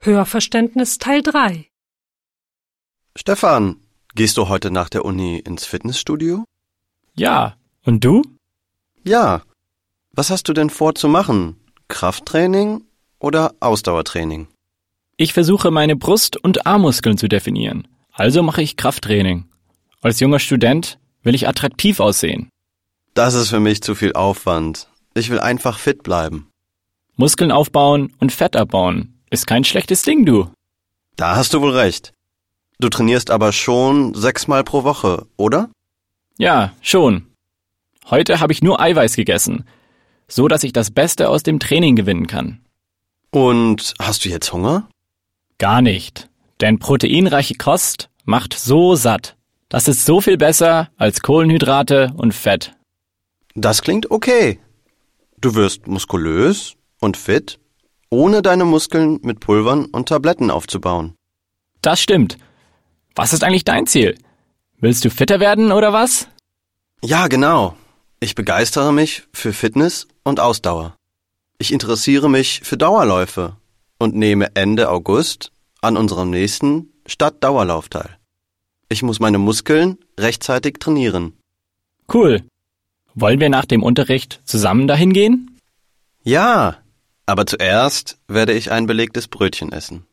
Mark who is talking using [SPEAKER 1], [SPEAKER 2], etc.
[SPEAKER 1] Hörverständnis Teil 3
[SPEAKER 2] Stefan, gehst du heute nach der Uni ins Fitnessstudio?
[SPEAKER 3] Ja, und du?
[SPEAKER 2] Ja. Was hast du denn vor zu machen? Krafttraining oder Ausdauertraining?
[SPEAKER 3] Ich versuche meine Brust- und Armmuskeln zu definieren. Also mache ich Krafttraining. Als junger Student will ich attraktiv aussehen.
[SPEAKER 2] Das ist für mich zu viel Aufwand. Ich will einfach fit bleiben.
[SPEAKER 3] Muskeln aufbauen und Fett abbauen ist kein schlechtes Ding, du.
[SPEAKER 2] Da hast du wohl recht. Du trainierst aber schon sechsmal pro Woche, oder?
[SPEAKER 3] Ja, schon. Heute habe ich nur Eiweiß gegessen, so dass ich das Beste aus dem Training gewinnen kann.
[SPEAKER 2] Und hast du jetzt Hunger?
[SPEAKER 3] Gar nicht, denn proteinreiche Kost macht so satt. Das ist so viel besser als Kohlenhydrate und Fett.
[SPEAKER 2] Das klingt okay. Du wirst muskulös und fit, ohne deine Muskeln mit Pulvern und Tabletten aufzubauen.
[SPEAKER 3] Das stimmt. Was ist eigentlich dein Ziel? Willst du fitter werden oder was?
[SPEAKER 2] Ja, genau. Ich begeistere mich für Fitness und Ausdauer. Ich interessiere mich für Dauerläufe und nehme Ende August an unserem nächsten Stadtdauerlauf teil. Ich muss meine Muskeln rechtzeitig trainieren.
[SPEAKER 3] Cool. Wollen wir nach dem Unterricht zusammen dahin gehen?
[SPEAKER 2] Ja, aber zuerst werde ich ein belegtes Brötchen essen.